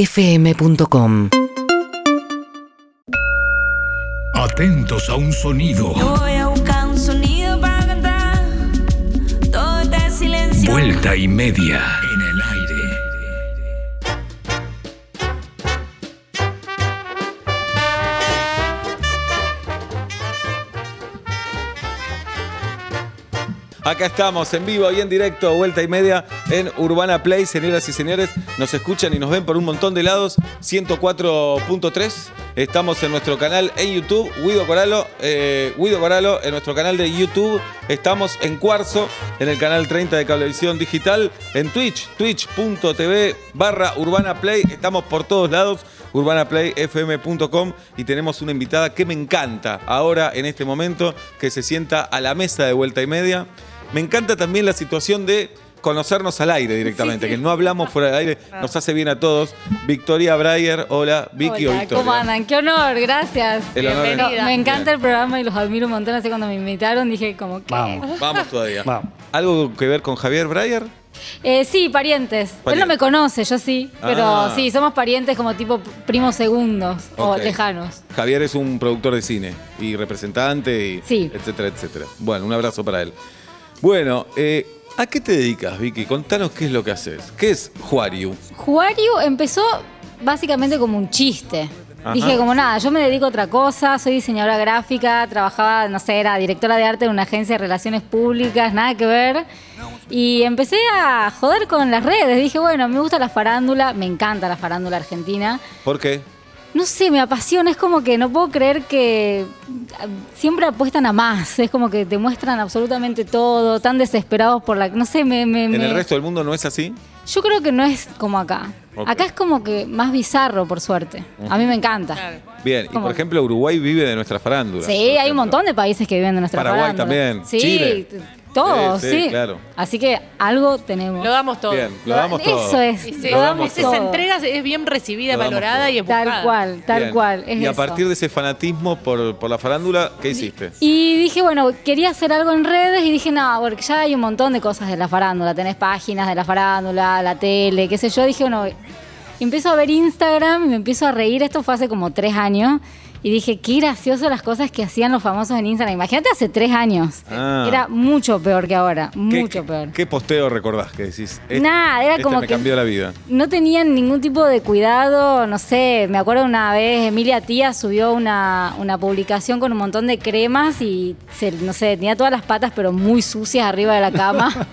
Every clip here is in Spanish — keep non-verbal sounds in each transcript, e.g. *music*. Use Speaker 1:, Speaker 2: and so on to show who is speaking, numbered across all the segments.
Speaker 1: urbanaplayfm.com
Speaker 2: Atentos a un sonido.
Speaker 3: Voy a buscar un sonido para cantar. Todo está en silencio.
Speaker 2: Vuelta y media en el aire.
Speaker 4: Acá estamos en vivo y en directo, vuelta y media en Urbana Play. Señoras y señores, nos escuchan y nos ven por un montón de lados. 104.3. Estamos en nuestro canal en YouTube, Guido Coralo. eh, Guido Coralo, en nuestro canal de YouTube. Estamos en Cuarzo, en el canal 30 de Cablevisión Digital. En Twitch, twitch.tv barra Urbana Play. Estamos por todos lados urbanaplayfm.com y tenemos una invitada que me encanta ahora en este momento que se sienta a la mesa de vuelta y media. Me encanta también la situación de conocernos al aire directamente, que no hablamos fuera del aire,
Speaker 5: Ah.
Speaker 4: nos hace bien a todos. Victoria Breyer, hola, Vicky o
Speaker 5: Hola,
Speaker 4: Victoria.
Speaker 5: ¿Cómo andan? Qué honor, gracias.
Speaker 4: El honor es-
Speaker 5: No, me encanta
Speaker 4: Bien.
Speaker 5: el programa y los admiro un montón. Así cuando me invitaron dije como que...
Speaker 6: Vamos.
Speaker 4: Vamos todavía.
Speaker 6: Vamos.
Speaker 4: ¿Algo que ver con Javier Breyer?
Speaker 5: Eh, sí, parientes. Él
Speaker 4: Parientes.
Speaker 5: no me conoce, yo sí. Pero
Speaker 4: Ah.
Speaker 5: sí, somos parientes como tipo primos segundos o
Speaker 4: Ok.
Speaker 5: lejanos.
Speaker 4: Javier es un productor de cine y representante y
Speaker 5: Sí.
Speaker 4: etcétera, etcétera. Bueno, un abrazo para él. Bueno, eh, ¿a qué te dedicas, Vicky? Contanos qué es lo que haces. ¿Qué es Juariu?
Speaker 5: Juario empezó básicamente como un chiste.
Speaker 4: Ajá.
Speaker 5: Dije, como nada, yo me dedico a otra cosa, soy diseñadora gráfica, trabajaba, no sé, era directora de arte en una agencia de relaciones públicas, nada que ver. Y empecé a joder con las redes. Dije, bueno, me gusta la farándula, me encanta la farándula argentina.
Speaker 4: ¿Por qué?
Speaker 5: No sé, me apasiona, es como que no puedo creer que ah, siempre apuestan a más, es como que te muestran absolutamente todo, tan desesperados por la... No sé, me... me-
Speaker 4: ¿En el
Speaker 5: me-
Speaker 4: resto del mundo no es así?
Speaker 5: yo creo que no es como acá.
Speaker 4: Ok.
Speaker 5: Acá es como que más bizarro, por suerte. A mí me encanta.
Speaker 4: Bien, y
Speaker 5: ¿Cómo?
Speaker 4: por ejemplo, Uruguay vive de nuestra farándula.
Speaker 5: Sí, hay un montón de países que viven de nuestra
Speaker 4: Paraguay
Speaker 5: farándula.
Speaker 4: también,
Speaker 5: Sí,
Speaker 4: Chile.
Speaker 5: t- todos,
Speaker 4: Sí,
Speaker 5: sí.
Speaker 4: sí, claro.
Speaker 5: Así que algo tenemos.
Speaker 7: Lo damos todo.
Speaker 4: Bien, lo damos todo.
Speaker 5: Eso es.
Speaker 7: Sí,
Speaker 5: lo
Speaker 7: sí.
Speaker 5: damos
Speaker 7: Esa
Speaker 5: todo.
Speaker 7: entrega es bien recibida,
Speaker 4: Lo damos todo.
Speaker 7: valorada y es buscada.
Speaker 5: Tal cual, tal
Speaker 4: Bien.
Speaker 5: cual. Es
Speaker 4: y a
Speaker 5: eso.
Speaker 4: partir de ese fanatismo por, por la farándula, ¿qué hiciste?
Speaker 5: Y dije, bueno, quería hacer algo en redes y dije, no, porque ya hay un montón de cosas de la farándula. Tenés páginas de la farándula, la tele, qué sé yo. Dije, bueno, empiezo a ver Instagram y me empiezo a reír. Esto fue hace como tres años. Y dije, qué gracioso las cosas que hacían los famosos en Instagram. Imagínate hace tres años.
Speaker 4: Ah.
Speaker 5: Era mucho peor que ahora.
Speaker 4: ¿Qué-
Speaker 5: Mucho
Speaker 4: qué-
Speaker 5: peor.
Speaker 4: ¿Qué posteo recordás que decís? "Este-
Speaker 5: Nada, era
Speaker 4: este
Speaker 5: como
Speaker 4: me
Speaker 5: que-
Speaker 4: cambió la vida.
Speaker 5: No tenían ningún tipo de cuidado, no sé, me acuerdo una vez Emilia Tía subió una, una publicación con un montón de cremas y se- no sé, tenía todas las patas pero muy sucias arriba de la cama.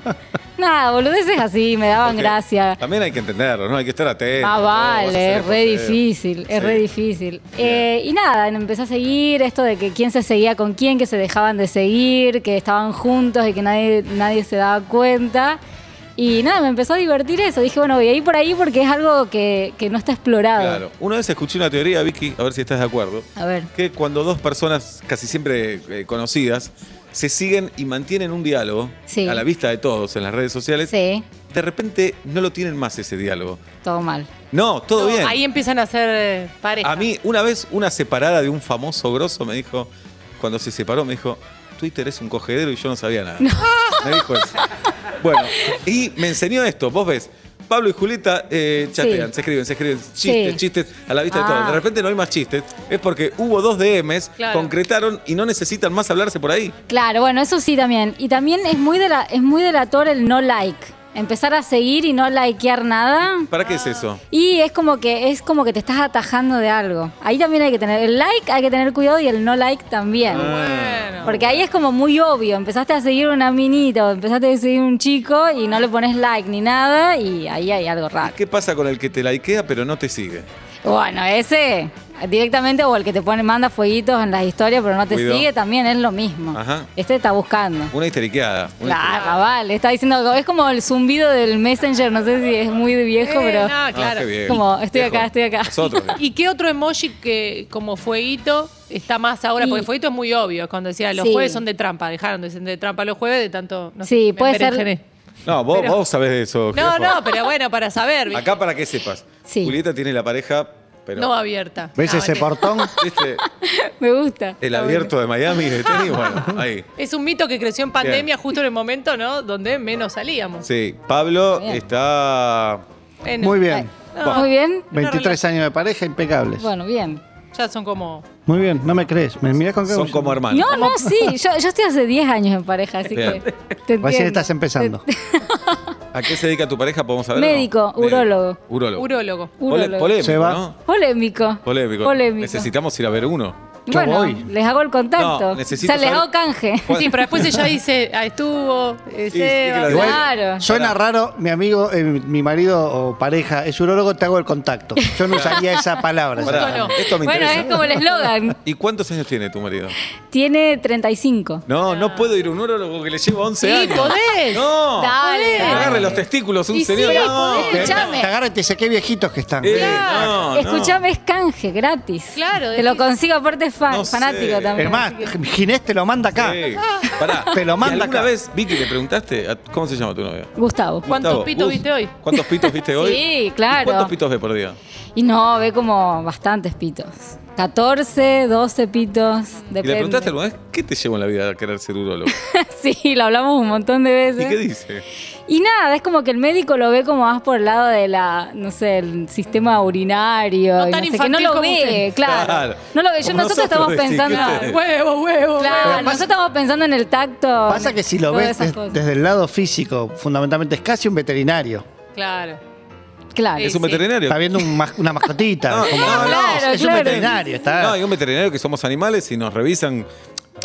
Speaker 5: Nada, boludeces así, me daban
Speaker 4: Ok.
Speaker 5: gracia.
Speaker 4: También hay que entenderlo, ¿no? Hay que estar atento.
Speaker 5: Ah,
Speaker 4: Eh, ¿no? Vas a
Speaker 5: vale,
Speaker 4: hacer el
Speaker 5: es re
Speaker 4: posteo.
Speaker 5: difícil, es re
Speaker 4: Sí.
Speaker 5: difícil. Eh, y nada, empecé a seguir esto de que quién se seguía con quién, que se dejaban de seguir, que estaban juntos y que nadie, nadie se daba cuenta. Y nada, me empezó a divertir eso. Dije, bueno, voy a ir por ahí porque es algo que, que no está explorado.
Speaker 4: Claro. Una vez escuché una teoría, Vicky, a ver si estás de acuerdo.
Speaker 5: A ver.
Speaker 4: que cuando dos personas casi siempre eh, conocidas se siguen y mantienen un diálogo
Speaker 5: Sí.
Speaker 4: a la vista de todos en las redes sociales,
Speaker 5: Sí,
Speaker 4: de repente no lo tienen más ese diálogo.
Speaker 5: todo mal.
Speaker 4: No, todo
Speaker 7: No,
Speaker 4: bien.
Speaker 7: Ahí empiezan a ser eh, pareja.
Speaker 4: A mí una vez una separada de un famoso grosso me dijo, cuando se separó me dijo, Twitter es un cogedero y yo no sabía nada. Me dijo eso. Bueno, y me enseñó esto, vos ves. Pablo y Julieta eh, chatean,
Speaker 5: Sí.
Speaker 4: se escriben, se escriben chistes,
Speaker 5: Sí.
Speaker 4: chistes a la vista de
Speaker 5: Ah.
Speaker 4: todos. De repente no hay más chistes. Es porque hubo dos DMs,
Speaker 7: Claro.
Speaker 4: concretaron y no necesitan más hablarse por ahí.
Speaker 5: Claro, bueno, eso sí también. Y también es muy, de la, es muy delator el no like. Empezar a seguir y no likear nada.
Speaker 4: ¿Para qué es eso?
Speaker 5: Y es como que es como que te estás atajando de algo. Ahí también hay que tener el like, hay que tener cuidado y el no like también.
Speaker 7: Ah, Bueno.
Speaker 5: Porque ahí es como muy obvio, empezaste a seguir una minita o empezaste a seguir un chico y no le pones like ni nada y ahí hay algo
Speaker 4: ¿Y
Speaker 5: raro.
Speaker 4: ¿Qué pasa con el que te likea pero no te sigue?
Speaker 5: Bueno, ese directamente o el que te pone manda fueguitos en las historias pero no te
Speaker 4: Cuidado.
Speaker 5: sigue también es lo mismo.
Speaker 4: Ajá.
Speaker 5: Este está buscando.
Speaker 4: Una histeriqueada. una
Speaker 5: Claro, vale, está diciendo algo. Es como el zumbido del Messenger, no sé si es muy
Speaker 7: Eh,
Speaker 5: viejo, pero
Speaker 7: no,
Speaker 4: histeriqueada.
Speaker 7: claro.
Speaker 4: Ah, qué bien.
Speaker 5: Como, estoy
Speaker 4: Viejo.
Speaker 5: acá, estoy acá. *laughs*
Speaker 4: Nosotros.
Speaker 7: ¿Y qué otro emoji que como fueguito está más ahora?
Speaker 5: Y-
Speaker 7: Porque fueguito es muy obvio. es Cuando decía, los
Speaker 5: Sí.
Speaker 7: jueves son de trampa, dejaron de ser de trampa los jueves, de tanto. no
Speaker 5: Sí,
Speaker 7: sé, me
Speaker 5: puede ser-
Speaker 7: berenjené.
Speaker 4: No, vos,
Speaker 7: Pero-
Speaker 4: vos sabés de eso.
Speaker 7: E. No,
Speaker 4: Jefo.
Speaker 7: no, pero bueno, para saber. ¿viste?
Speaker 4: Acá para que sepas.
Speaker 5: Sí.
Speaker 4: Julieta tiene la pareja, pero
Speaker 7: No abierta.
Speaker 6: ¿Ves
Speaker 5: Ah,
Speaker 7: No,
Speaker 6: ese
Speaker 5: *laughs*
Speaker 7: mentira.
Speaker 6: portón?
Speaker 4: ¿viste?
Speaker 5: Me gusta.
Speaker 4: el abierto de Miami de tenis, bueno, ahí.
Speaker 7: Es un mito que creció en pandemia justo en el momento, ¿no? Donde menos salíamos.
Speaker 4: Sí, Pablo
Speaker 5: Bien.
Speaker 4: está
Speaker 7: Bueno,
Speaker 6: Muy bien.
Speaker 4: Bueno.
Speaker 5: Muy bien.
Speaker 7: Una
Speaker 1: 23 años de pareja, impecables.
Speaker 5: Bueno, bien.
Speaker 7: Ya son como.
Speaker 1: Muy bien, no me crees. Me mirás con cara
Speaker 4: Son
Speaker 1: de-
Speaker 4: como hermanos.
Speaker 5: No, no, sí. Yo, yo estoy hace 10 años en pareja, así
Speaker 4: Bien.
Speaker 5: que. Te
Speaker 1: Recién
Speaker 5: entiendo.
Speaker 1: estás empezando.
Speaker 4: ¿A qué se dedica tu pareja? ¿Podemos saber?
Speaker 5: Médico, urólogo.
Speaker 4: Urólogo.
Speaker 7: Urólogo.
Speaker 4: Pole-
Speaker 5: Urólogo.
Speaker 4: polémico,
Speaker 1: Se va.
Speaker 4: ¿no?
Speaker 5: Polémico.
Speaker 4: Polémico.
Speaker 5: Polémico.
Speaker 4: Necesitamos ir a ver uno.
Speaker 1: Yo
Speaker 5: bueno,
Speaker 1: voy.
Speaker 5: les hago el contacto.
Speaker 4: No,
Speaker 5: o
Speaker 4: necesito
Speaker 5: sea, les
Speaker 4: saber-
Speaker 5: hago canje.
Speaker 4: Juan-
Speaker 7: Sí, pero después ella dice, ah, estuvo, eh,
Speaker 4: Sí, sí, Pues- que
Speaker 7: Seba.
Speaker 4: la-
Speaker 5: *laughs*
Speaker 1: Igual,
Speaker 5: Claro.
Speaker 1: Suena raro, mi amigo, eh, mi marido o pareja es urólogo, te hago el contacto. Yo no usaría esa palabra.
Speaker 4: Pará,
Speaker 7: Esto no.
Speaker 4: Esto me
Speaker 5: Bueno,
Speaker 4: interesa.
Speaker 5: es como el eslogan.
Speaker 4: ¿Y cuántos años tiene tu marido?
Speaker 5: Tiene 35.
Speaker 4: No, no puedo ir a un urólogo que le llevo 11
Speaker 7: Sí,
Speaker 4: años.
Speaker 7: podés.
Speaker 4: No.
Speaker 5: Dale,
Speaker 4: Que me agarre los testículos un
Speaker 7: Y sí,
Speaker 4: señor. no,
Speaker 7: podés,
Speaker 4: que-
Speaker 1: Te
Speaker 5: Escuchame.
Speaker 1: agarra y te dice qué viejitos que están.
Speaker 4: Eh,
Speaker 7: Claro.
Speaker 4: no, no.
Speaker 5: Escuchame, es canje, gratis.
Speaker 7: Claro,
Speaker 5: Te lo
Speaker 7: decís-
Speaker 5: consigo, aparte es fan-
Speaker 4: No sé.
Speaker 5: fanático también.
Speaker 1: Es más, Ginés te lo manda acá.
Speaker 4: Sí. Pará.
Speaker 1: Te lo
Speaker 4: ¿Y
Speaker 1: manda
Speaker 4: ¿Alguna
Speaker 1: acá.
Speaker 4: vez, Vicky, le preguntaste a- cómo se llama tu novia?
Speaker 5: Gustavo.
Speaker 7: ¿Cuántos
Speaker 4: Gustavo,
Speaker 7: pitos
Speaker 4: vos-
Speaker 7: viste hoy?
Speaker 4: ¿Cuántos pitos viste
Speaker 7: *laughs*
Speaker 4: hoy?
Speaker 5: Sí, claro.
Speaker 4: ¿Y ¿Cuántos pitos ves por día?
Speaker 5: Y no, ve como bastantes pitos. 14, 12 pitos. Depende.
Speaker 4: ¿Y le preguntaste alguna vez qué te llevó en la vida a querer ser
Speaker 7: *laughs*
Speaker 4: urólogo?
Speaker 5: *laughs* Sí, lo hablamos un montón de
Speaker 4: ¿Y
Speaker 5: veces.
Speaker 4: qué dice?
Speaker 5: Y nada, es como que el médico lo ve como más por el lado de la, no sé, el sistema urinario.
Speaker 7: No
Speaker 5: y
Speaker 7: tan
Speaker 5: sé qué.
Speaker 7: infantil
Speaker 5: no lo
Speaker 7: como
Speaker 5: ve,
Speaker 7: usted.
Speaker 5: Claro.
Speaker 4: Claro.
Speaker 5: No lo ve. Yo-
Speaker 4: Como
Speaker 5: nosotros, estamos
Speaker 4: nosotros, sí,
Speaker 5: pensando.
Speaker 4: que ustedes-
Speaker 7: Huevo, huevo.
Speaker 5: Claro,
Speaker 1: Pero pasa-
Speaker 5: nosotros estamos pensando en el tacto.
Speaker 1: Pasa que si lo
Speaker 5: todas
Speaker 1: ves
Speaker 5: esas
Speaker 1: des-
Speaker 5: cosas.
Speaker 1: desde el lado físico, fundamentalmente es casi un veterinario.
Speaker 7: Claro.
Speaker 5: Claro.
Speaker 4: ¿Es un
Speaker 7: sí.
Speaker 4: veterinario?
Speaker 1: Está viendo un mas- una mascotita.
Speaker 4: No,
Speaker 1: como-
Speaker 4: no,
Speaker 5: claro,
Speaker 1: es un
Speaker 5: claro.
Speaker 1: veterinario. Está,
Speaker 4: No, hay un veterinario que somos animales y nos revisan.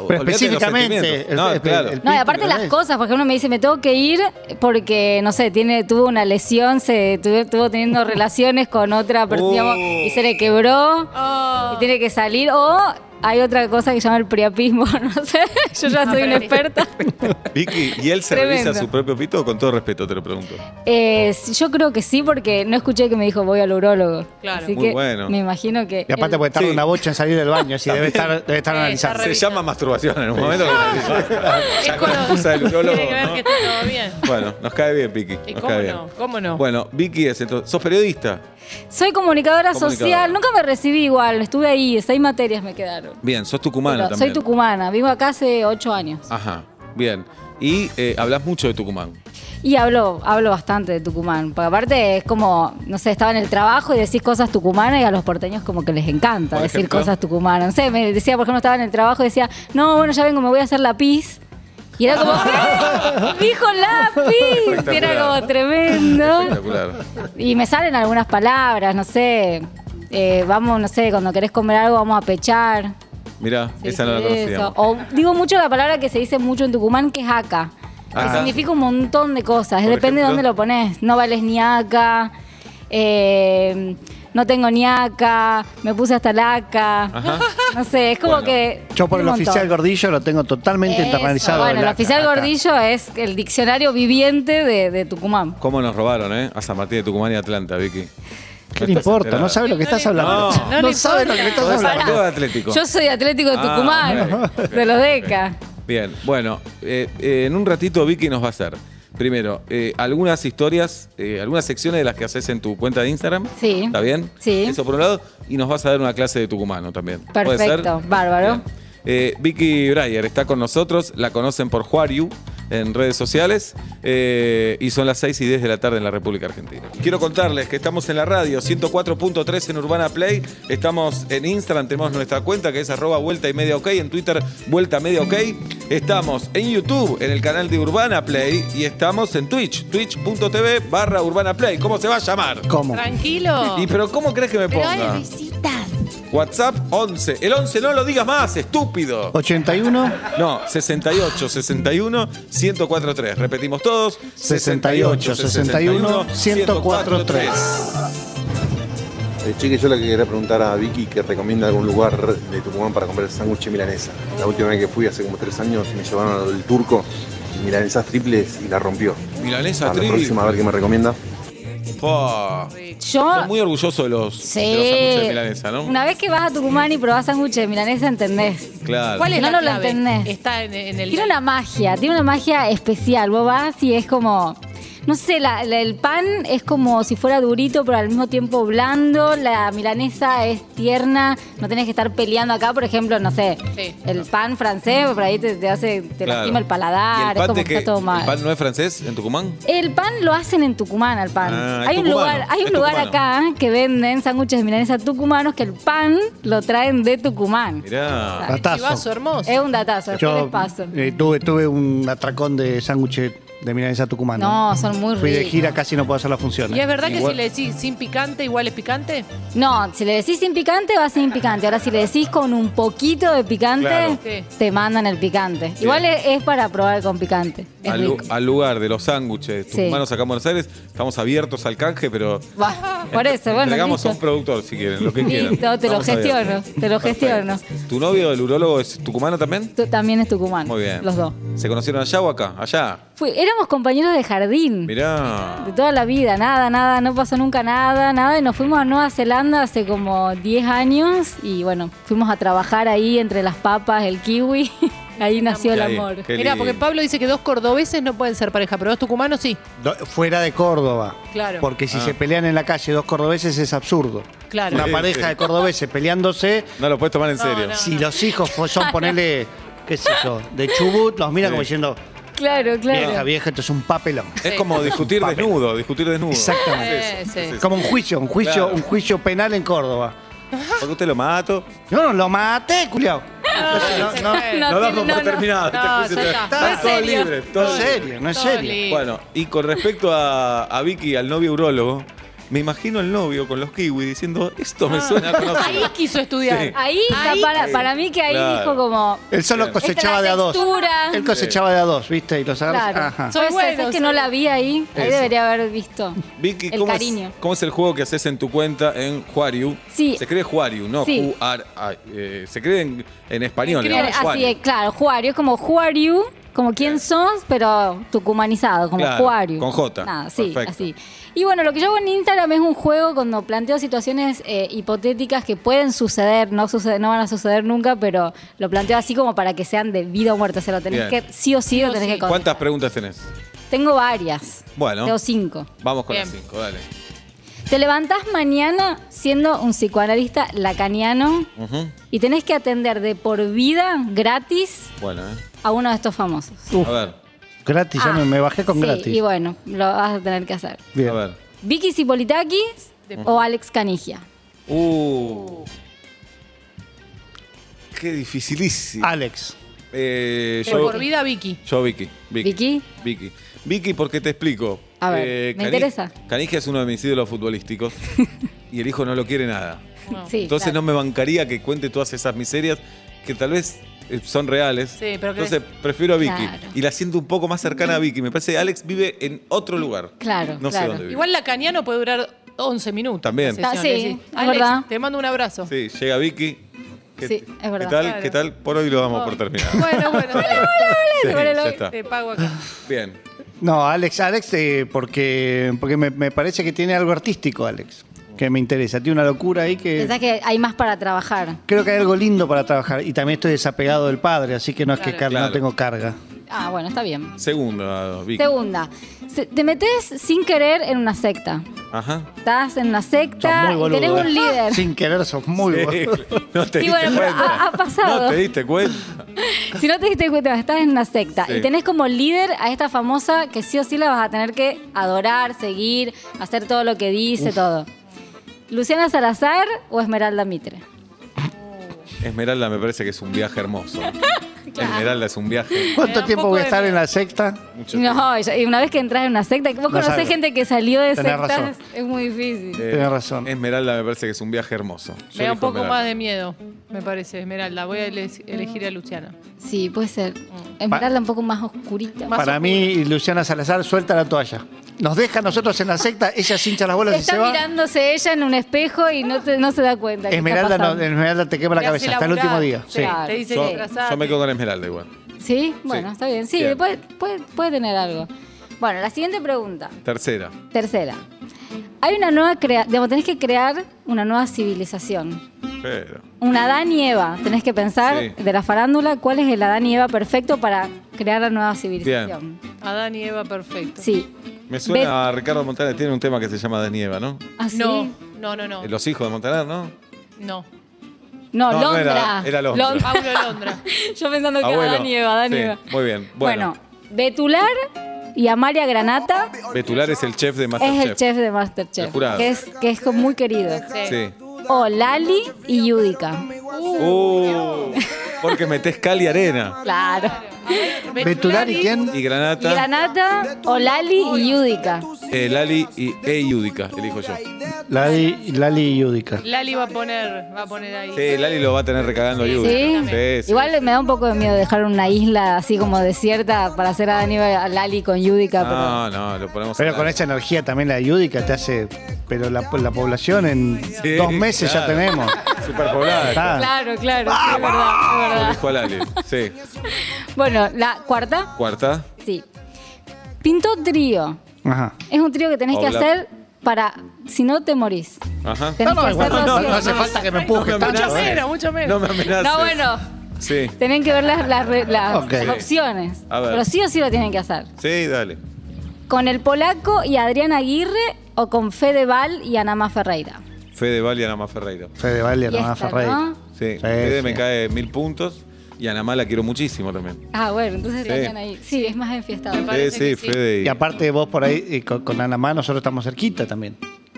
Speaker 1: Pero
Speaker 4: Olvídate de los
Speaker 1: específicamente,
Speaker 4: sentimientos.
Speaker 1: el-
Speaker 4: No,
Speaker 1: el-
Speaker 4: claro.
Speaker 1: el-
Speaker 5: No, y aparte las
Speaker 1: ¿entendés?
Speaker 5: cosas, por ejemplo, me dice, me tengo que ir porque, no sé, tiene, tuvo una lesión, se tuve- estuvo
Speaker 1: *laughs*
Speaker 5: teniendo relaciones con otra persona
Speaker 4: Oh.
Speaker 5: digamos,
Speaker 1: Uh.
Speaker 5: y se le quebró
Speaker 7: Oh.
Speaker 5: y tiene que salir. O hay otra cosa que se llama el priapismo, *laughs* no sé, yo
Speaker 7: Ah,
Speaker 5: ya soy una experta.
Speaker 4: Vicky, ¿y él se
Speaker 5: Tremendo.
Speaker 4: revisa su propio pito? Con todo respeto te lo pregunto.
Speaker 5: Eh, sí, yo creo que sí, porque no escuché que me dijo voy al urólogo.
Speaker 7: Claro.
Speaker 5: Así
Speaker 4: Muy
Speaker 5: que
Speaker 4: bueno. pues,
Speaker 5: me imagino que...
Speaker 1: Y aparte
Speaker 5: él-
Speaker 1: puede estar
Speaker 4: Sí.
Speaker 1: una bocha en salir del baño, así debe estar, debe estar
Speaker 7: Sí, está
Speaker 1: analizando.
Speaker 4: Se
Speaker 7: Revisa.
Speaker 4: llama masturbación en un momento.
Speaker 7: *laughs* Es
Speaker 4: con
Speaker 7: con
Speaker 4: la excusa del urólogo,
Speaker 7: Tiene que ver
Speaker 4: ¿no?
Speaker 7: que está todo bien.
Speaker 4: Bueno, nos cae bien, Vicky.
Speaker 7: ¿Y
Speaker 4: nos
Speaker 7: cómo
Speaker 4: cae
Speaker 7: no?
Speaker 4: bien.
Speaker 7: ¿Cómo no?
Speaker 4: Bueno, Vicky es entonces. ¿Sos periodista?
Speaker 5: Soy comunicadora,
Speaker 4: Comunicadora.
Speaker 5: social, nunca me recibí igual, estuve ahí, seis materias me quedaron.
Speaker 4: Bien, sos tucumana
Speaker 5: Pero
Speaker 4: también.
Speaker 5: soy tucumana, vivo acá hace ocho años.
Speaker 4: Ajá, bien. Y eh, hablas mucho de Tucumán.
Speaker 5: Y hablo, hablo bastante de Tucumán, porque aparte es como, no sé, estaba en el trabajo y decís cosas tucumanas y a los porteños como que les encanta
Speaker 4: Por
Speaker 5: decir
Speaker 4: ejemplo.
Speaker 5: cosas tucumanas. No sé, me decía, por ejemplo, estaba en el trabajo y decía, no, bueno, ya vengo, me voy a hacer la pis. Y era como, "¿Qué? ¡Dijo lápiz! Y era como tremendo.
Speaker 4: Espectacular.
Speaker 5: Y me salen algunas palabras, no sé, eh, vamos, no sé, cuando querés comer algo vamos a pechar.
Speaker 4: Mirá,
Speaker 5: *laughs*
Speaker 4: esa no la
Speaker 5: Eso.
Speaker 4: conocíamos.
Speaker 5: O digo mucho la palabra que se dice mucho en Tucumán, que es acá.
Speaker 4: Acá.
Speaker 5: Que significa un montón de cosas.
Speaker 4: Ah. Por ejemplo.
Speaker 5: Depende de dónde lo pones. No vales ni acá. eh, no tengo ni acá. Me puse hasta la acá.
Speaker 4: Ajá.
Speaker 5: No sé, es como
Speaker 4: Bueno.
Speaker 5: que.
Speaker 1: Yo por
Speaker 5: un
Speaker 1: el
Speaker 5: montón.
Speaker 1: oficial Gordillo lo tengo totalmente
Speaker 5: Eso.
Speaker 1: internalizado.
Speaker 5: Bueno, el
Speaker 1: acá,
Speaker 5: oficial
Speaker 1: acá.
Speaker 5: Gordillo es el diccionario viviente de, de Tucumán.
Speaker 4: ¿Cómo nos robaron, eh? A San Martín de Tucumán y Atlanta, Vicky.
Speaker 1: ¿Qué le importa? No sabe
Speaker 4: sabes
Speaker 1: lo que
Speaker 7: No
Speaker 1: estás
Speaker 7: le
Speaker 1: hablando.
Speaker 4: importa.
Speaker 7: No
Speaker 1: No,
Speaker 7: le
Speaker 1: sabe lo
Speaker 7: importa.
Speaker 1: que le estás
Speaker 4: Todo es
Speaker 1: hablando.
Speaker 4: todo atlético.
Speaker 5: Yo soy atlético de
Speaker 4: Ah,
Speaker 5: Tucumán,
Speaker 4: ok, ok,
Speaker 5: de los DECA.
Speaker 4: Bien, bueno, eh, eh, en un ratito Vicky nos va a hacer. Primero, eh, algunas historias, eh, algunas secciones de las que haces en tu cuenta de Instagram.
Speaker 5: Sí.
Speaker 4: ¿Está bien?
Speaker 5: Sí.
Speaker 4: Eso por un lado. Y nos vas a dar una clase de tucumano también. ¿Puede ser?
Speaker 5: Perfecto, bárbaro.
Speaker 4: Bien. Eh, Vicky Breyer está con nosotros, la conocen por Juariu en redes sociales eh, y son las 6 y 10 de la tarde en la República Argentina. Quiero contarles que estamos en la radio 104.3 en Urbana Play, estamos en Instagram, tenemos nuestra cuenta que es arroba vuelta y media ok, en Twitter vuelta media ok, estamos en YouTube en el canal de Urbana Play y estamos en Twitch, twitch.tv barra Urbana Play, ¿cómo se va a llamar?
Speaker 1: ¿Cómo?
Speaker 7: Tranquilo.
Speaker 4: *laughs* ¿Y pero cómo crees que me
Speaker 3: Pero hay
Speaker 4: ponga?
Speaker 3: visitas.
Speaker 4: WhatsApp 11, el 11 no lo digas más, estúpido.
Speaker 1: 81.
Speaker 4: No, 68, 61, 1043. Repetimos todos.
Speaker 1: 68, 61, 1043.
Speaker 6: Eh, Chiqui, yo le quería preguntar a Vicky que recomienda algún lugar de Tucumán para comprar sándwich milanesa. La última vez que fui, hace como tres años, me llevaron al turco milanesas triples y la rompió.
Speaker 4: Milanesa
Speaker 6: Para la
Speaker 4: Trivi.
Speaker 6: próxima, a ver qué me recomienda.
Speaker 4: Po.
Speaker 5: Yo
Speaker 4: Son muy orgullosos de los,
Speaker 5: Ah. Sí.
Speaker 4: de los sándwiches de milanesa, ¿no?
Speaker 5: Una vez que vas a Tucumán y probás sándwiches de milanesa, entendés.
Speaker 4: Claro.
Speaker 7: ¿Cuál es
Speaker 5: No,
Speaker 7: la
Speaker 5: no lo
Speaker 7: clave?
Speaker 5: entendés.
Speaker 7: Está en, en el.
Speaker 5: Tiene una magia, tiene una magia especial. Vos vas y es como. no sé, la- la- el pan es como si fuera durito, pero al mismo tiempo blando. La milanesa es tierna. No tenés que estar peleando acá, por ejemplo, no sé.
Speaker 7: Sí.
Speaker 5: El pan francés, por ahí te, te hace, te
Speaker 4: Claro.
Speaker 5: lastima el
Speaker 4: ¿Y
Speaker 5: paladar.
Speaker 4: el pan
Speaker 5: es como
Speaker 4: de
Speaker 5: que
Speaker 4: qué?
Speaker 5: está todo mal.
Speaker 4: ¿El pan no es francés en Tucumán?
Speaker 5: El pan lo hacen en Tucumán al pan.
Speaker 4: Ah, es
Speaker 5: hay un
Speaker 4: tucumano,
Speaker 5: lugar, hay
Speaker 4: es
Speaker 5: un lugar
Speaker 4: tucumano.
Speaker 5: acá que venden sándwiches de milanesa tucumanos que el pan lo traen de Tucumán.
Speaker 4: Mirá.
Speaker 5: Ah,
Speaker 7: Chivazo
Speaker 1: Ratazo.
Speaker 7: hermoso.
Speaker 5: Es un datazo, ¿qué les
Speaker 1: Yo
Speaker 5: paso?
Speaker 1: eh, tuve, tuve un atracón de sándwiches de milanesa tucumano.
Speaker 5: No, son muy
Speaker 1: Fui de
Speaker 5: ricos.
Speaker 1: gira, casi no puedo hacer la función.
Speaker 7: ¿Y es verdad que
Speaker 4: Igual-
Speaker 7: si le decís sin picante, igual es picante?
Speaker 5: No, si le decís sin picante, va sin picante. Ahora, si le decís con un poquito de picante,
Speaker 4: Claro.
Speaker 7: Sí.
Speaker 5: te mandan el picante. Igual es, es para probar con picante. Es
Speaker 4: Al, lu-
Speaker 5: rico.
Speaker 4: al lugar de los sándwiches
Speaker 5: Sí.
Speaker 4: tucumanos acá en Buenos Aires, estamos abiertos al canje, pero
Speaker 5: Va, por eso, bueno,
Speaker 4: entregamos a un
Speaker 5: listo.
Speaker 4: productor si quieren, lo que quieran.
Speaker 5: Listo, te lo
Speaker 4: Estamos abiertos.
Speaker 5: gestiono, te lo gestiono.
Speaker 4: Perfecto. ¿Tu novio, el urólogo, es tucumano también?
Speaker 5: Tú también es tucumano.
Speaker 4: Muy bien.
Speaker 5: Los dos.
Speaker 4: ¿Se conocieron allá o acá? Allá.
Speaker 5: Fui- éramos compañeros de jardín.
Speaker 4: Mirá.
Speaker 5: De toda la vida, nada, nada, no pasó nunca nada, nada. Y nos fuimos a Nueva Zelanda hace como 10 años y bueno, fuimos a trabajar ahí entre las papas, el kiwi. *laughs* ahí nació el
Speaker 4: Ahí,
Speaker 5: amor.
Speaker 4: Qué
Speaker 7: Mirá,
Speaker 4: lindo.
Speaker 7: porque Pablo dice que dos cordobeses no pueden ser pareja, pero dos tucumanos sí.
Speaker 1: Do- fuera de Córdoba.
Speaker 7: Claro.
Speaker 1: Porque si
Speaker 4: Ah.
Speaker 1: se pelean en la calle dos cordobeses es absurdo.
Speaker 7: Claro.
Speaker 1: Una
Speaker 4: Sí,
Speaker 1: pareja
Speaker 4: sí.
Speaker 1: de cordobeses peleándose,
Speaker 4: No lo puedes tomar en serio.
Speaker 7: no.
Speaker 1: si los
Speaker 5: *laughs*
Speaker 1: hijos fo- son ponerle, qué sé yo, de Chubut, los mira
Speaker 4: Sí.
Speaker 1: como diciendo,
Speaker 5: Claro,
Speaker 1: vieja,
Speaker 5: claro.
Speaker 1: vieja, esto es un papelón.
Speaker 4: Es como discutir
Speaker 1: Papel.
Speaker 4: desnudo, discutir desnudo.
Speaker 1: Exactamente.
Speaker 4: Es eso,
Speaker 7: Sí,
Speaker 4: es
Speaker 7: sí.
Speaker 4: eso.
Speaker 1: Como un juicio, un juicio,
Speaker 4: Claro.
Speaker 1: un juicio penal en Córdoba.
Speaker 4: Porque usted lo mato.
Speaker 1: Yo no lo maté, culiao.
Speaker 7: Ah,
Speaker 4: *laughs*
Speaker 1: No, no, no,
Speaker 5: No
Speaker 4: lo
Speaker 5: tiene-
Speaker 4: damos
Speaker 5: no,
Speaker 4: por
Speaker 5: no.
Speaker 4: terminado. este
Speaker 7: No,
Speaker 4: juicio
Speaker 7: ya
Speaker 4: está-
Speaker 7: está.
Speaker 4: está
Speaker 1: No,
Speaker 4: todo
Speaker 5: en serio.
Speaker 4: libre. todo
Speaker 1: es
Speaker 4: libre.
Speaker 1: serio, no es
Speaker 7: Todo
Speaker 1: serio.
Speaker 7: libre.
Speaker 4: Bueno, y con respecto a, a Vicky, al novio urólogo, me imagino al novio con los kiwi diciendo, esto me suena
Speaker 7: Ahí
Speaker 4: conocido.
Speaker 7: quiso estudiar.
Speaker 4: Sí.
Speaker 5: Ahí,
Speaker 7: Ahí-
Speaker 5: para, para mí que ahí
Speaker 4: Claro.
Speaker 5: dijo como...
Speaker 1: Él solo
Speaker 4: Bien.
Speaker 1: cosechaba
Speaker 5: Esta
Speaker 1: de
Speaker 5: es
Speaker 1: a
Speaker 5: la
Speaker 1: dos.
Speaker 5: textura.
Speaker 1: Él cosechaba de a dos, ¿viste? Y los agarras.
Speaker 5: Claro.
Speaker 1: Ajá.
Speaker 7: Soy
Speaker 5: Pues, ¿sabes
Speaker 7: bueno,
Speaker 5: que
Speaker 7: soy
Speaker 5: no
Speaker 7: bueno.
Speaker 5: la vi ahí? Ahí
Speaker 1: Eso.
Speaker 5: debería haber visto.
Speaker 4: Vicky,
Speaker 5: El
Speaker 4: ¿cómo es,
Speaker 5: cariño.
Speaker 4: cómo es el juego que haces en tu cuenta en Juariu?
Speaker 5: Sí.
Speaker 4: Se cree Juariu, no
Speaker 5: Sí.
Speaker 4: Ju-ar- ah, eh, se cree en, en español,
Speaker 7: Se cree
Speaker 4: digamos,
Speaker 5: Así
Speaker 4: Juariu.
Speaker 5: es, claro, Juario, es como Juario, como quién sos, pero tucumanizado, como
Speaker 4: Claro,
Speaker 5: Juario.
Speaker 4: con J.
Speaker 5: Nada, sí,
Speaker 4: Perfecto.
Speaker 5: así. Y bueno, lo que yo hago en Instagram es un juego cuando planteo situaciones eh, hipotéticas que pueden suceder, no sucede, no van a suceder nunca, pero lo planteo así como para que sean de vida o muerte. Se lo tenés
Speaker 4: Bien.
Speaker 5: que, sí o sí, lo tenés
Speaker 7: sí.
Speaker 5: que contar.
Speaker 4: ¿Cuántas preguntas tenés?
Speaker 5: Tengo varias.
Speaker 4: Bueno.
Speaker 5: Tengo cinco.
Speaker 4: Vamos con
Speaker 7: Bien.
Speaker 4: las cinco, dale.
Speaker 5: Te levantás mañana siendo un psicoanalista lacaniano
Speaker 4: Ujú.
Speaker 5: y tenés que atender de por vida, gratis,
Speaker 4: Bueno, eh.
Speaker 5: a uno de estos famosos.
Speaker 1: Uf,
Speaker 4: a ver,
Speaker 1: gratis, ya
Speaker 5: Ah,
Speaker 1: me, me bajé con
Speaker 5: sí,
Speaker 1: gratis.
Speaker 5: Y bueno, lo vas a tener que hacer.
Speaker 1: Bien.
Speaker 4: a ver.
Speaker 5: Vicky Sipolitakis o Alex Canigia.
Speaker 4: Uh. Qué dificilísimo.
Speaker 1: Alex.
Speaker 4: Eh,
Speaker 7: De por vida, Vicky.
Speaker 4: Yo, Vicky. Vicky.
Speaker 5: Vicky.
Speaker 4: Vicky. Vicky, porque te explico. Eh,
Speaker 5: A ver, me interesa.
Speaker 4: Canigia es uno de mis ídolos
Speaker 5: *laughs*
Speaker 4: futbolísticos y el hijo no lo quiere nada.
Speaker 5: Sí,
Speaker 4: Entonces
Speaker 5: claro.
Speaker 4: no me bancaría que cuente todas esas miserias que tal vez eh, son reales.
Speaker 7: Sí, pero que-
Speaker 4: Entonces prefiero a Vicky
Speaker 5: Claro.
Speaker 4: y la siento un poco más cercana a Vicky. Me parece que Alex vive en otro lugar.
Speaker 5: Claro,
Speaker 4: No sé
Speaker 5: claro.
Speaker 4: dónde vive.
Speaker 7: Igual la cañano puede durar 11 minutos.
Speaker 4: También.
Speaker 7: la sesión,
Speaker 5: Ah, sí,
Speaker 7: es decir,
Speaker 5: es
Speaker 7: Alex,
Speaker 5: verdad.
Speaker 7: te mando un abrazo.
Speaker 4: Sí, llega Vicky. ¿Qué-
Speaker 5: Sí, es
Speaker 4: ¿Qué
Speaker 5: verdad.
Speaker 4: tal?
Speaker 7: Claro. Oh.
Speaker 4: ¿Qué tal? Por hoy lo damos por terminado.
Speaker 7: *laughs* Bueno, bueno. hola,
Speaker 4: Sí,
Speaker 5: Por el
Speaker 4: ya
Speaker 5: hoy.
Speaker 4: está.
Speaker 7: Te pago acá.
Speaker 4: Bien.
Speaker 1: No, Alex, Alex, eh, porque, porque me, me parece que tiene algo artístico, Alex, que me interesa. Tiene una locura ahí que.
Speaker 5: Pensás que hay más para trabajar.
Speaker 1: Creo que hay algo lindo para trabajar. Y también estoy desapegado del padre, así que no es que
Speaker 7: Claro.
Speaker 1: car-
Speaker 4: Claro.
Speaker 1: no tengo carga.
Speaker 5: Ah, bueno, está bien.
Speaker 4: Segundo, Vicky.
Speaker 5: Segunda, se- te metes sin querer en una secta.
Speaker 1: *laughs*
Speaker 4: Ajá.
Speaker 5: Estás en una
Speaker 1: Sos
Speaker 5: secta
Speaker 1: muy
Speaker 5: y
Speaker 1: boludo.
Speaker 5: tenés
Speaker 1: ¿eh?
Speaker 5: un líder.
Speaker 1: Sin querer, sos muy
Speaker 4: Sí,
Speaker 1: boludo.
Speaker 4: No te
Speaker 5: Y
Speaker 4: diste
Speaker 5: bueno, pero
Speaker 4: cuenta.
Speaker 5: ha- ha pasado.
Speaker 4: No te diste cuenta.
Speaker 5: Si no te diste cuenta, estás en una secta
Speaker 4: Sí.
Speaker 5: y tenés como líder a esta famosa que sí o sí la vas a tener que adorar, seguir, hacer todo lo que dice, todo. ¿Luciana Salazar o Esmeralda Mitre?
Speaker 4: Esmeralda me parece que es un viaje
Speaker 5: *laughs*
Speaker 4: hermoso. Esmeralda es un viaje.
Speaker 7: Me da
Speaker 1: ¿Cuánto
Speaker 7: un
Speaker 1: tiempo
Speaker 7: poco
Speaker 1: voy a
Speaker 7: de
Speaker 1: estar en
Speaker 7: miedo.
Speaker 1: la secta?
Speaker 4: Mucho tiempo.
Speaker 5: No, y una vez que entras en una secta, vos conocés
Speaker 1: salgo.
Speaker 5: gente que salió de
Speaker 1: Tenés
Speaker 5: sectas,
Speaker 1: razón.
Speaker 5: es muy difícil.
Speaker 4: Eh,
Speaker 1: tenés razón.
Speaker 4: Esmeralda me parece que es un viaje hermoso. Yo
Speaker 7: Me
Speaker 4: elijo
Speaker 7: da un poco
Speaker 4: Esmeralda.
Speaker 7: más de miedo, me parece, Esmeralda. Voy a
Speaker 5: Ah,
Speaker 7: ele- elegir a Luciana.
Speaker 5: Sí, puede ser. Esmeralda un poco más oscurita.
Speaker 7: Más
Speaker 1: Para mí, Luciana Salazar suelta la toalla. Nos deja a nosotros en la secta, ella se hincha las bolas y
Speaker 5: Está
Speaker 1: se va.
Speaker 5: mirándose ella en un espejo y no, te- no se da cuenta. que está
Speaker 1: Esmeralda, no, eh,
Speaker 5: pasando.
Speaker 1: Esmeralda te quema la
Speaker 7: Te hace
Speaker 1: cabeza hasta el último
Speaker 7: laburar,
Speaker 1: día.
Speaker 7: te-
Speaker 1: Sí.
Speaker 5: Claro.
Speaker 7: Te dice
Speaker 5: Yo-
Speaker 7: que atrasate.
Speaker 4: Yo me quedo con Esmeralda igual.
Speaker 5: ¿Sí? Bueno,
Speaker 4: Sí.
Speaker 5: está bien. Sí,
Speaker 4: Bien.
Speaker 5: Puede, puede- puede tener algo. Bueno, la siguiente pregunta.
Speaker 4: Tercera.
Speaker 5: Tercera. Hay una nueva crea digamos, tenés que crear una nueva civilización.
Speaker 4: Pero.
Speaker 5: Un Adán y Eva. Tenés que pensar
Speaker 4: Sí.
Speaker 5: de la farándula cuál es el Adán y Eva perfecto para crear la nueva civilización.
Speaker 7: Adán y Eva, perfecto.
Speaker 5: Sí.
Speaker 4: Me suena a Ricardo Montaner, tiene un tema que se llama De Nieva, ¿no? Eh,
Speaker 5: ¿Así?
Speaker 7: No,
Speaker 5: No,
Speaker 7: no, no, no.
Speaker 4: Los hijos de Montaner, ¿no?
Speaker 7: No.
Speaker 4: No, no era-
Speaker 5: Londra. *laughs*
Speaker 4: era Londra.
Speaker 7: Paulo
Speaker 4: *laughs*
Speaker 7: Londra.
Speaker 5: Yo pensando que era Danieva, Danieva.
Speaker 4: Sí, muy bien. Bueno,
Speaker 5: Bueno, Betular y Amalia Granata
Speaker 4: Betular es el chef de
Speaker 5: es
Speaker 4: Masterchef.
Speaker 5: el chef de
Speaker 4: El
Speaker 5: Masterchef,
Speaker 4: jurado.
Speaker 5: que es, que es como muy querido.
Speaker 7: Sí.
Speaker 4: Sí.
Speaker 5: O Lali y Yudica.
Speaker 4: Uh, porque metés cal y arena.
Speaker 5: Claro.
Speaker 1: ¿Betular y quién?
Speaker 4: Y
Speaker 5: Y
Speaker 4: granata,
Speaker 5: Granata, o Lali y Yudica.
Speaker 4: eh, Lali y e Yudica, elijo yo.
Speaker 1: Lali, Lali y Udica.
Speaker 7: Lali va a poner, va a poner ahí.
Speaker 4: Sí, Eh, Lali lo va a tener recagando a Yudica.
Speaker 5: ¿Sí?
Speaker 4: Sí, sí.
Speaker 5: Igual me da un poco de miedo dejar una isla así como desierta para hacer a Daniela a Lali con Yudica,
Speaker 4: No, no, lo ponemos. a
Speaker 1: Pero con
Speaker 4: Lali.
Speaker 1: esa energía también la Yudica te hace. Pero la, la población en
Speaker 4: Sí,
Speaker 1: dos meses
Speaker 4: claro.
Speaker 5: *laughs*
Speaker 1: ya tenemos. Ah.
Speaker 4: Superpoblada.
Speaker 1: Está.
Speaker 5: pero. Claro, claro, sí, es verdad, es
Speaker 4: Ah. Lo
Speaker 5: verdad.
Speaker 4: elijo a Lali. Sí.
Speaker 5: Bueno, la cuarta,
Speaker 4: Cuarta.
Speaker 5: sí. Pintó trío.
Speaker 1: Ajá.
Speaker 5: Es un trío que tenés que
Speaker 4: Hola.
Speaker 5: hacer para, si no te morís.
Speaker 4: Ajá.
Speaker 5: Tenés que hacerlo
Speaker 1: no,
Speaker 5: sí o
Speaker 1: no
Speaker 5: sí.
Speaker 1: hace falta que me empuje
Speaker 4: No me
Speaker 1: tanto.
Speaker 7: Mucho
Speaker 4: amenaces.
Speaker 1: ¿eh?
Speaker 7: menos, mucho menos.
Speaker 4: No me amenaces.
Speaker 5: No, bueno,
Speaker 4: Sí.
Speaker 5: tienen que ver las, las re- las
Speaker 1: Ok.
Speaker 5: opciones.
Speaker 4: A ver.
Speaker 5: Pero sí o sí lo tienen que hacer.
Speaker 4: Sí, dale.
Speaker 5: Con el polaco y Adrián Aguirre o con Fede Val y Anamá Ferreira.
Speaker 4: Fede Val y Anamá Ferreira.
Speaker 1: Fede Valle,
Speaker 5: Y
Speaker 1: Román
Speaker 5: esta,
Speaker 1: Ferreira.
Speaker 5: ¿no?
Speaker 4: Sí.
Speaker 1: Sí,
Speaker 4: Fede me
Speaker 1: sí.
Speaker 4: cae mil puntos y a Anamá la quiero muchísimo también.
Speaker 5: Ah, bueno, entonces
Speaker 4: Sí.
Speaker 5: lo hacen ahí. Sí, es más enfiestado.
Speaker 7: Me
Speaker 4: Sí,
Speaker 7: parece
Speaker 4: sí,
Speaker 7: que sí.
Speaker 4: Fede. y-
Speaker 1: Y aparte vos por ahí, eh, con, con Ana Má, nosotros estamos cerquita también.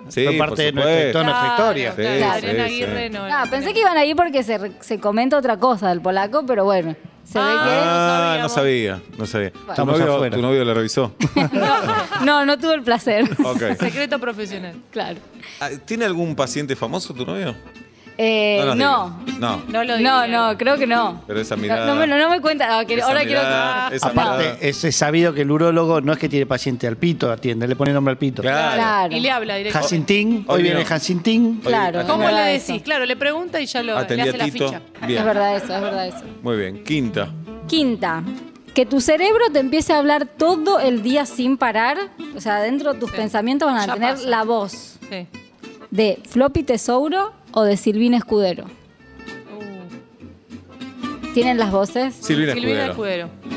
Speaker 4: Sí,
Speaker 1: Fue
Speaker 4: por
Speaker 1: parte de nuestra, de
Speaker 4: supuesto.
Speaker 1: toda nuestra historia.
Speaker 4: Sí,
Speaker 7: claro,
Speaker 5: sí,
Speaker 7: Adriana
Speaker 4: sí.
Speaker 7: Aguirre no.
Speaker 5: Ah, pensé que iban ahí porque se, re- se comenta otra cosa del polaco, pero bueno. Se
Speaker 4: Ah,
Speaker 7: no
Speaker 4: no sabía, no sabía. Tu,
Speaker 1: Estamos
Speaker 4: novio,
Speaker 1: afuera.
Speaker 4: tu novio la
Speaker 5: *laughs*
Speaker 4: revisó.
Speaker 5: ve que. No, no tuvo el placer.
Speaker 4: Ok.
Speaker 7: Secreto profesional.
Speaker 5: *laughs* Claro.
Speaker 4: Ah, ¿Tiene algún paciente famoso tu novio?
Speaker 5: Eh,
Speaker 4: No nos
Speaker 5: no.
Speaker 4: digas. No.
Speaker 7: No lo
Speaker 5: No,
Speaker 7: diría.
Speaker 5: no, creo que no.
Speaker 4: Pero esa
Speaker 5: No,
Speaker 4: mirada-
Speaker 5: No, me- no, me cuenta. ah, que-
Speaker 4: Esa
Speaker 5: ahora
Speaker 4: mirada,
Speaker 5: quiero.
Speaker 4: esa mirada.
Speaker 1: Aparte, es, es sabido que el urólogo no es que tiene paciente al pito, atiende, le pone nombre al pito.
Speaker 4: Claro.
Speaker 5: Claro.
Speaker 7: Y le habla directamente.
Speaker 1: Hansintín,
Speaker 4: Hoy
Speaker 1: hoy viene
Speaker 4: vino.
Speaker 1: Hansintín.
Speaker 5: Claro.
Speaker 4: Oye,
Speaker 7: ¿Cómo le
Speaker 5: Nada de
Speaker 7: decís?
Speaker 5: eso.
Speaker 7: Claro, le pregunta y ya lo le
Speaker 4: Atendí
Speaker 7: hace
Speaker 4: a
Speaker 7: la
Speaker 4: Tito.
Speaker 7: ficha.
Speaker 5: Es
Speaker 4: Bien.
Speaker 5: verdad eso, es verdad eso.
Speaker 4: Muy bien. Quinta.
Speaker 5: Quinta, que tu cerebro te empiece a hablar todo el día sin parar. O sea, dentro de tus
Speaker 7: Sí.
Speaker 5: pensamientos van a
Speaker 7: Ya
Speaker 5: tener
Speaker 7: pasa.
Speaker 5: la voz
Speaker 7: Sí.
Speaker 5: de Floppy Tesouro o de Silvina Escudero. ¿Tienen las voces?
Speaker 4: Silvina,
Speaker 7: Silvina
Speaker 4: Escudero.
Speaker 7: Escudero.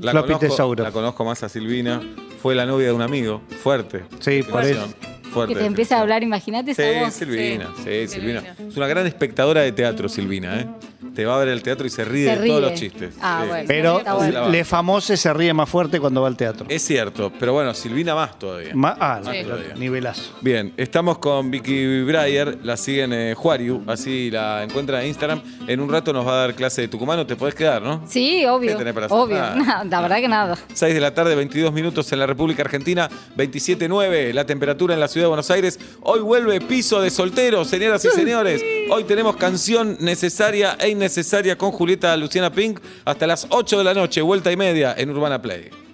Speaker 4: La
Speaker 1: Floppy
Speaker 4: conozco,
Speaker 1: Tesauro.
Speaker 4: La conozco más a Silvina. Fue la novia de un amigo. Fuerte.
Speaker 1: Sí, por
Speaker 4: Definición. Fuerte.
Speaker 5: Que te empiece a
Speaker 4: definición.
Speaker 5: hablar, imagínate esa
Speaker 4: Sí,
Speaker 5: voz.
Speaker 4: Silvina. Sí,
Speaker 7: Sí,
Speaker 4: Silvina.
Speaker 7: Silvina.
Speaker 4: Es una gran espectadora de teatro, Silvina. ¿eh? Te va a ver al teatro y se ríe
Speaker 5: Se
Speaker 4: de todos
Speaker 5: ríe.
Speaker 4: los chistes.
Speaker 5: Ah,
Speaker 4: Sí.
Speaker 5: bueno.
Speaker 1: Pero
Speaker 5: Está bueno.
Speaker 1: Le Famose se ríe más fuerte cuando va al teatro.
Speaker 4: Es cierto, pero bueno, Silvina más todavía.
Speaker 1: Ma- ah,
Speaker 7: Sí.
Speaker 1: no, pero nivelazo.
Speaker 4: Bien, estamos con Vicky Breyer, la siguen eh, Juariu, así la encuentran en Instagram. En un rato nos va a dar clase de tucumano, te podés quedar, ¿no?
Speaker 5: Sí,
Speaker 4: ¿Qué
Speaker 5: obvio.
Speaker 4: tenés para hacer?
Speaker 5: Obvio.
Speaker 4: Nada.
Speaker 5: *laughs* la verdad que nada.
Speaker 4: 6 de la tarde, 22 minutos en la República Argentina, 27.9 la temperatura en la Ciudad de Buenos Aires. Hoy vuelve piso de solteros, señoras y señores. Hoy tenemos canción necesaria e innecesaria con Julieta Luciana Pink hasta las 8 de la noche, vuelta y media en Urbana Play.